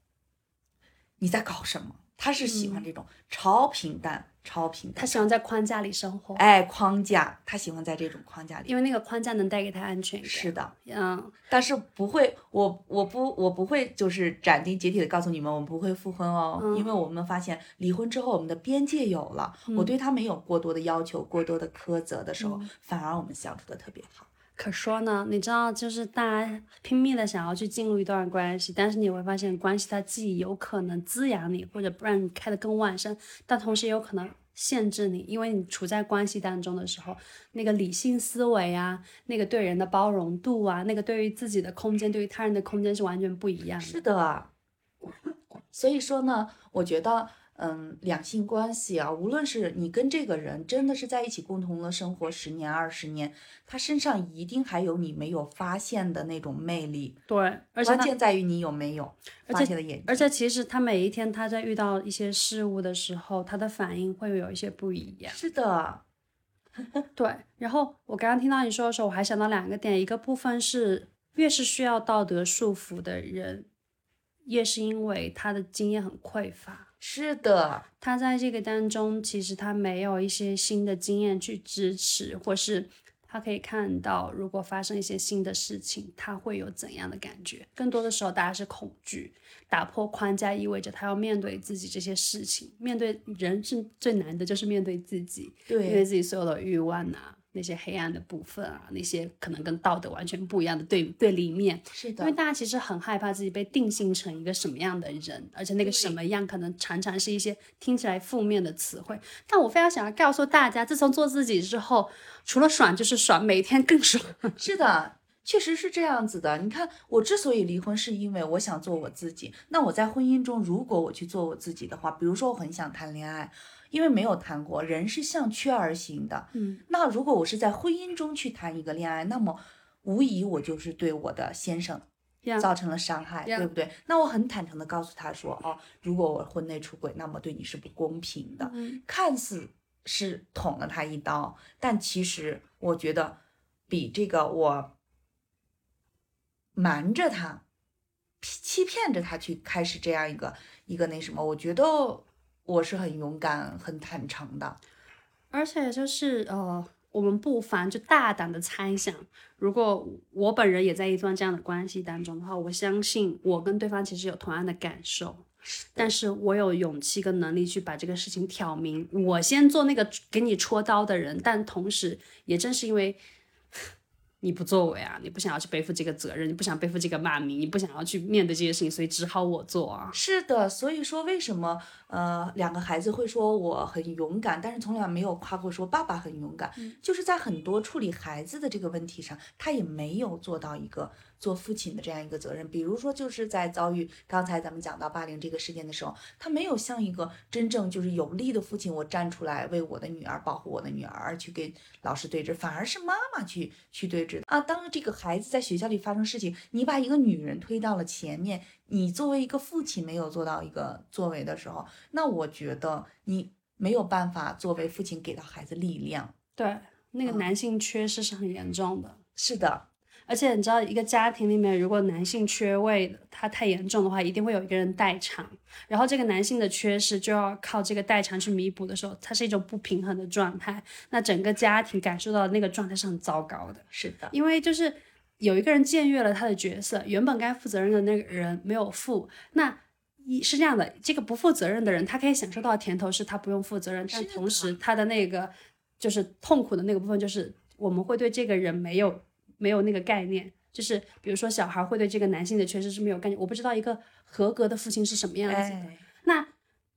你在搞什么？他是喜欢这种超平淡、超平
他
淡，
喜欢在框架里生活，
哎，框架，他喜欢在这种框架里。
因为那个框架能带给他安全感。
是，的，
嗯，
但是不会，我我不我不会就是斩钉截铁的告诉你们，我们不会复婚哦，
嗯
因为我们发现离婚之后，我们的边界有了，我
嗯
对他没有过多的要求、过多的苛责的时候，
嗯
反而我们相处的特别好。
可说呢，你知道，就是大家拼命的想要去进入一段关系，但是你会发现，关系它既有可能滋养你，或者不让你开得更旺盛，但同时也有可能限制你，因为你处在关系当中的时候，那个理性思维啊，那个对人的包容度啊，那个对于自己的空间，对于他人的空间是完全不一样的。
是的，所以说呢，我觉得，嗯，两性关系啊，无论是你跟这个人真的是在一起共同的生活十年、二十年，他身上一定还有你没有发现的那种魅力，
对，而且
关
他
键在于你有没有
而
发
且
现的眼睛。
而且其实他每一天他在遇到一些事物的时候，他的反应会有一些不一样。
是的，
对，然后我刚刚听到你说的时候，我还想到两个点，一个部分是越是需要道德束缚的人，越是因为他的经验很匮乏，
是的，
他在这个当中其实他没有一些新的经验去支持，或是他可以看到如果发生一些新的事情，他会有怎样的感觉。更多的时候，大家是恐惧，打破框架意味着他要面对自己这些事情，面对人是最难的，就是面对自己。因为
对，
自己所有的欲望啊，那些黑暗的部分啊，那些可能跟道德完全不一样的对对立面，
是
因为
的，
大家其实很害怕自己被定性成一个什么样的人，而且那个什
对
么样可能常常是一些听起来负面的词汇。但我非常想要告诉大家，自从做自己之后，除了爽就是爽，每天更爽。
是的，确实是这样子的。你看，我之所以离婚，是因为我想做我自己。那我在婚姻中，如果我去做我自己的话，比如说我很想谈恋爱，因为没有谈过，人是向缺而行的。
嗯，
那如果我是在婚姻中去谈一个恋爱，那么无疑我就是对我的先生
呀
造成了伤害，
Yeah.
对不对？那我很坦诚的告诉他说，哦，如果我婚内出轨，那么对你是不公平的。
嗯
看似是捅了他一刀，但其实我觉得比这个我瞒着他、欺欺骗着他去开始这样一个一个那什么，我觉得我是很勇敢、很坦诚的。
而且就是呃，我们不妨就大胆的猜想，如果我本人也在一段这样的关系当中的话，我相信我跟对方其实有同样的感受，但是我有勇气跟能力去把这个事情挑明。我先做那个给你戳刀的人，但同时也正是因为。你不作为啊，你不想要去背负这个责任，你不想背负这个骂名，你不想要去面对这些事情，所以只好我做啊。
是的，所以说为什么呃两个孩子会说我很勇敢，但是从来没有夸过说爸爸很勇敢，就是在很多处理孩子的这个问题上，他也没有做到一个做父亲的这样一个责任。比如说，就是在遭遇刚才咱们讲到霸凌这个事件的时候，他没有像一个真正就是有力的父亲，我站出来为我的女儿保护我的女儿，而去跟老师对峙，反而是妈妈去去对峙啊。当这个孩子在学校里发生事情，你把一个女人推到了前面，你作为一个父亲没有做到一个作为的时候，那我觉得你没有办法作为父亲给到孩子力量。
对，那个
嗯
男性缺失是很严重的。
是的，
而且你知道，一个家庭里面如果男性缺位他太严重的话，一定会有一个人代偿，然后这个男性的缺失就要靠这个代偿去弥补的时候，它是一种不平衡的状态，那整个家庭感受到那个状态是很糟糕的。
是的，
因为就是有一个人僭越了他的角色，原本该负责任的那个人没有负，那一是这样的，这个不负责任的人，他可以享受到甜头，是他不用负责任，但
是
同
的
时他的那个就是痛苦的那个部分，就是我们会对这个人没有没有那个概念。就是比如说，小孩会对这个男性的缺失是没有概念，我不知道一个合格的父亲是什么样子的。
哎，
那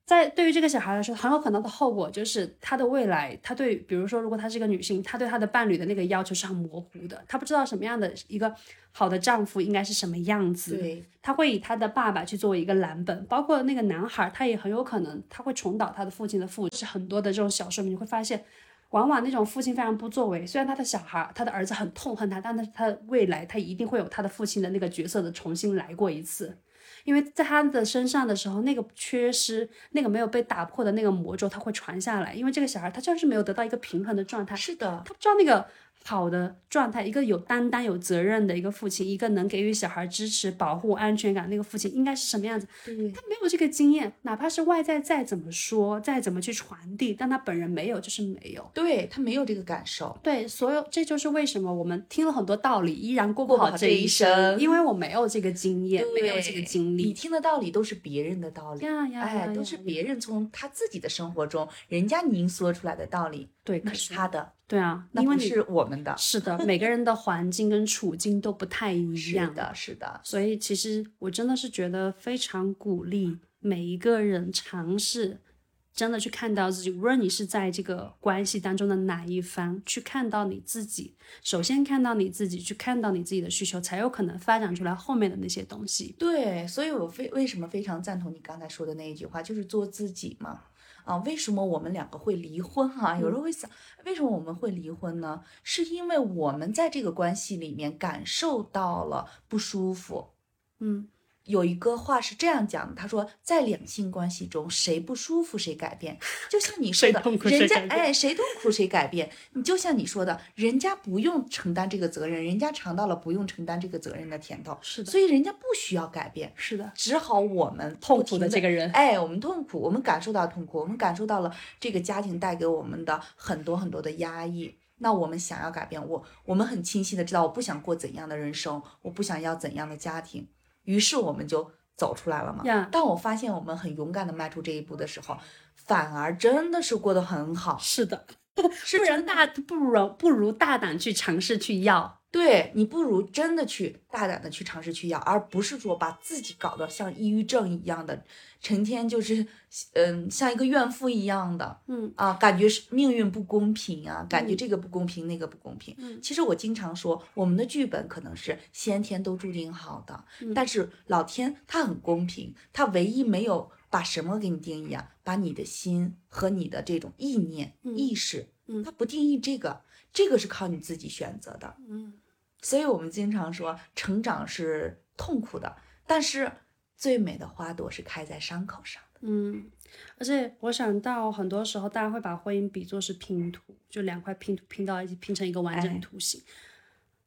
在对于这个小孩来说，很有可能的后果就是他的未来，他对，比如说，如果她是一个女性，她对她的伴侣的那个要求是很模糊的，她不知道什么样的一个好的丈夫应该是什么样子，
对，
她会以她的爸爸去作为一个蓝本，包括那个男孩，他也很有可能他会重蹈他的父亲的覆辙。就是很多的这种小说里面你会发现。往往那种父亲非常不作为，虽然他的小孩、他的儿子很痛恨他，但是他未来他一定会有他的父亲的那个角色的重新来过一次。因为在他的身上的时候，那个缺失、那个没有被打破的那个魔咒，它会传下来。因为这个小孩他就是没有得到一个平衡的状态，
是的，
他不知道那个好的状态，一个有担当、有责任的一个父亲，一个能给予小孩支持、保护、安全感那个父亲应该是什么样子。
对，
他没有这个经验，哪怕是外在再怎么说、再怎么去传递，但他本人没有，就是没有。
对他没有这个感受，
对，所有这就是为什么我们听了很多道理，依然过不
过不
好
好
这
这
一
一
生，
生
因为我没有这个经验，没有这个
对
经历。
你听的道理都是别人的道理。
呀呀
哎
呀，
都
呀
是
呀
别人从他自己的生活中，人家凝缩出来的道理，
对，
那
可
是
是
他的，
对啊，
那
因为
不
你
是我们的。
是的，每个人的环境跟处境都不太一
是
样，
的，是的，
所以其实我真的是觉得非常鼓励每一个人尝试。真的去看到自己，无论你是在这个关系当中的哪一方，去看到你自己，首先看到你自己，去看到你自己的需求，才有可能发展出来后面的那些东西。
对，所以我非为什么非常赞同你刚才说的那一句话，就是做自己嘛。啊，为什么我们两个会离婚哈、有
嗯
时候会想，为什么我们会离婚呢？是因为我们在这个关系里面感受到了不舒服。
嗯，
有一个话是这样讲的，他说，在两性关系中，谁不舒服谁改变。就像你说
谁
的
痛，苦谁
人家
改变
哎，谁痛苦谁改变。你就像你说的，人家不用承担这个责任，人家尝到了不用承担这个责任的甜头，
是的，
所以人家不需要改变。
是的，
只好我们
痛苦的这
个。
个人，
哎，我们痛苦，我们感受到痛苦，我们感受到了这个家庭带给我们的很多很多的压抑。那我们想要改变，我我们很清晰的知道，我不想过怎样的人生，我不想要怎样的家庭，于是我们就走出来了嘛。
呀
当我发现我们很勇敢的迈出这一步的时候，反而真的是过得很好，
是的，
是
不然
真的
大不如不如大胆去尝试去要，
对你不如真的去大胆的去尝试去要，而不是说把自己搞得像抑郁症一样的，成天就是嗯像一个怨妇一样的
嗯
啊，感觉是命运不公平啊，感觉这个不公平、那个不公平。
嗯
其实我经常说，我们的剧本可能是先天都注定好的，
嗯
但是老天他很公平，他唯一没有把什么给你定义啊，把你的心和你的这种意念、
嗯
意识，
嗯
他不定义这个，这个是靠你自己选择的。
嗯，
所以我们经常说，成长是痛苦的，但是最美的花朵是开在伤口上的。
嗯，而且我想到，很多时候大家会把婚姻比作是拼图，就两块拼图拼到一起，拼成一个完整
哎
的图形。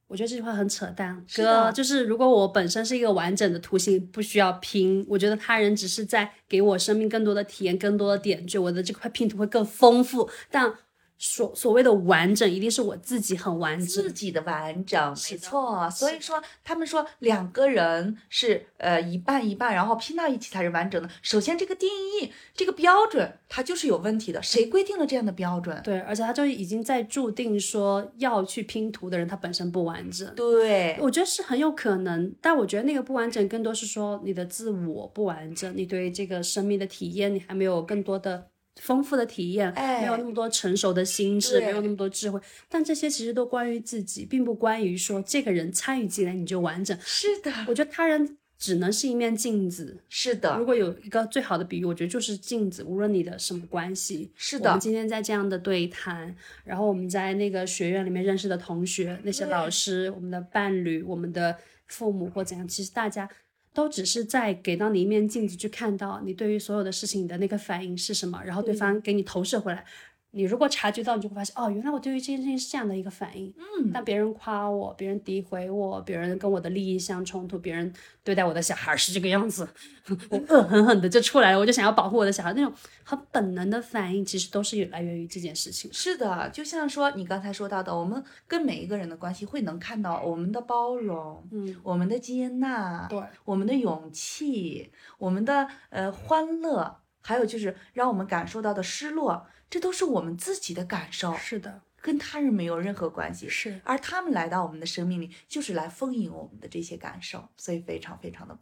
我觉得这句话很扯淡，
是
哥，
的
就是如果我本身是一个完整的图形，不需要拼，我觉得他人只是在给我生命更多的体验、更多的点缀，我的这块拼图会更丰富。但所所谓的完整，一定是我自己很完整
自，己的完整，
是
没
的
错。所
是
以
的
说，他们说两个人是呃一半一半，然后拼到一起才是完整的。首先，这个定义、这个标准，它就是有问题的。谁规定了这样的标准？
对，而且他就已经在注定说要去拼图的人，他本身不完整。
对，
我觉得是很有可能，但我觉得那个不完整更多是说你的自我不完整，你对这个生命的体验，你还没有更多的丰富的体验，
哎
没有那么多成熟的心智，
对
没有那么多智慧。但这些其实都关于自己，并不关于说这个人参与进来你就完整。
是的，
我觉得他人只能是一面镜子。
是
如
的，
果有一个最好的比喻，我觉得就是镜子，无论你的什么关系，
是
我们
的，
今天在这样的对谈，然后我们在那个学院里面认识的同学、那些老
对
师、我们的伴侣、我们的父母或怎样，其实大家都只是在给到你一面镜子，去看到你对于所有的事情你的那个反应是什么，然后对
对
方给你投射回来。
你如果察觉到，你就会发现，哦，原来我对于这件事情是这样的一个反应。
嗯
当别人夸我，别人诋毁我，别人跟我的利益相冲突，别人对待我的小孩是这个样子， 我恶狠狠的就出来了，我就想要保护我的小孩，那种很本能的反应，其实都是来源于这件事情。
是的，就像说你刚才说到的，我们跟每一个人的关系会能看到我们的包容，
嗯，
我们的接纳，
对，
我们的勇气，我们的呃欢乐，还有就是让我们感受到的失落，这都是我们自己的感受，
是的，
跟他人没有任何关系。
是。
而他们来到我们的生命里，就是来丰盈我们的这些感受，所以非常非常的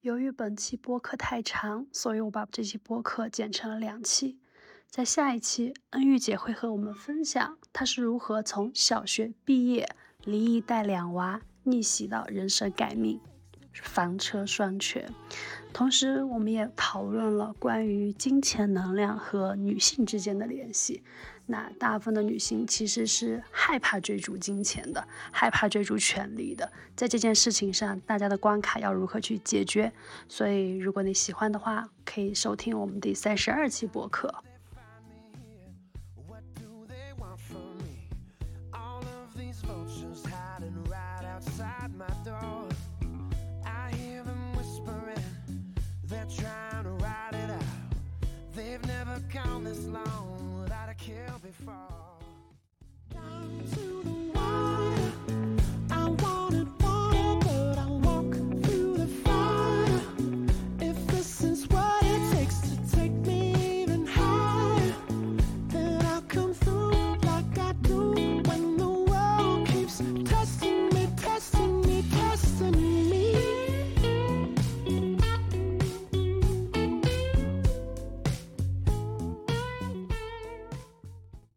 由于本期播客太长，所以我把这期播客剪成了两期。在下一期，恩玉姐会和我们分享她是如何从小学毕业、离异带两娃，逆袭到人生改命、房车双全。同时，我们也讨论了关于金钱能量和女性之间的联系。那大部分的女性其实是害怕追逐金钱的，害怕追逐权力的，在这件事情上，大家的关卡要如何去解决？所以，如果你喜欢的话，可以收听我们第三十二期播客。
What do they want from me? All of these vultures hiding right outside my door. I hear them whispering, they're trying to ride it out. They've never gone this long without a kill before. Down to the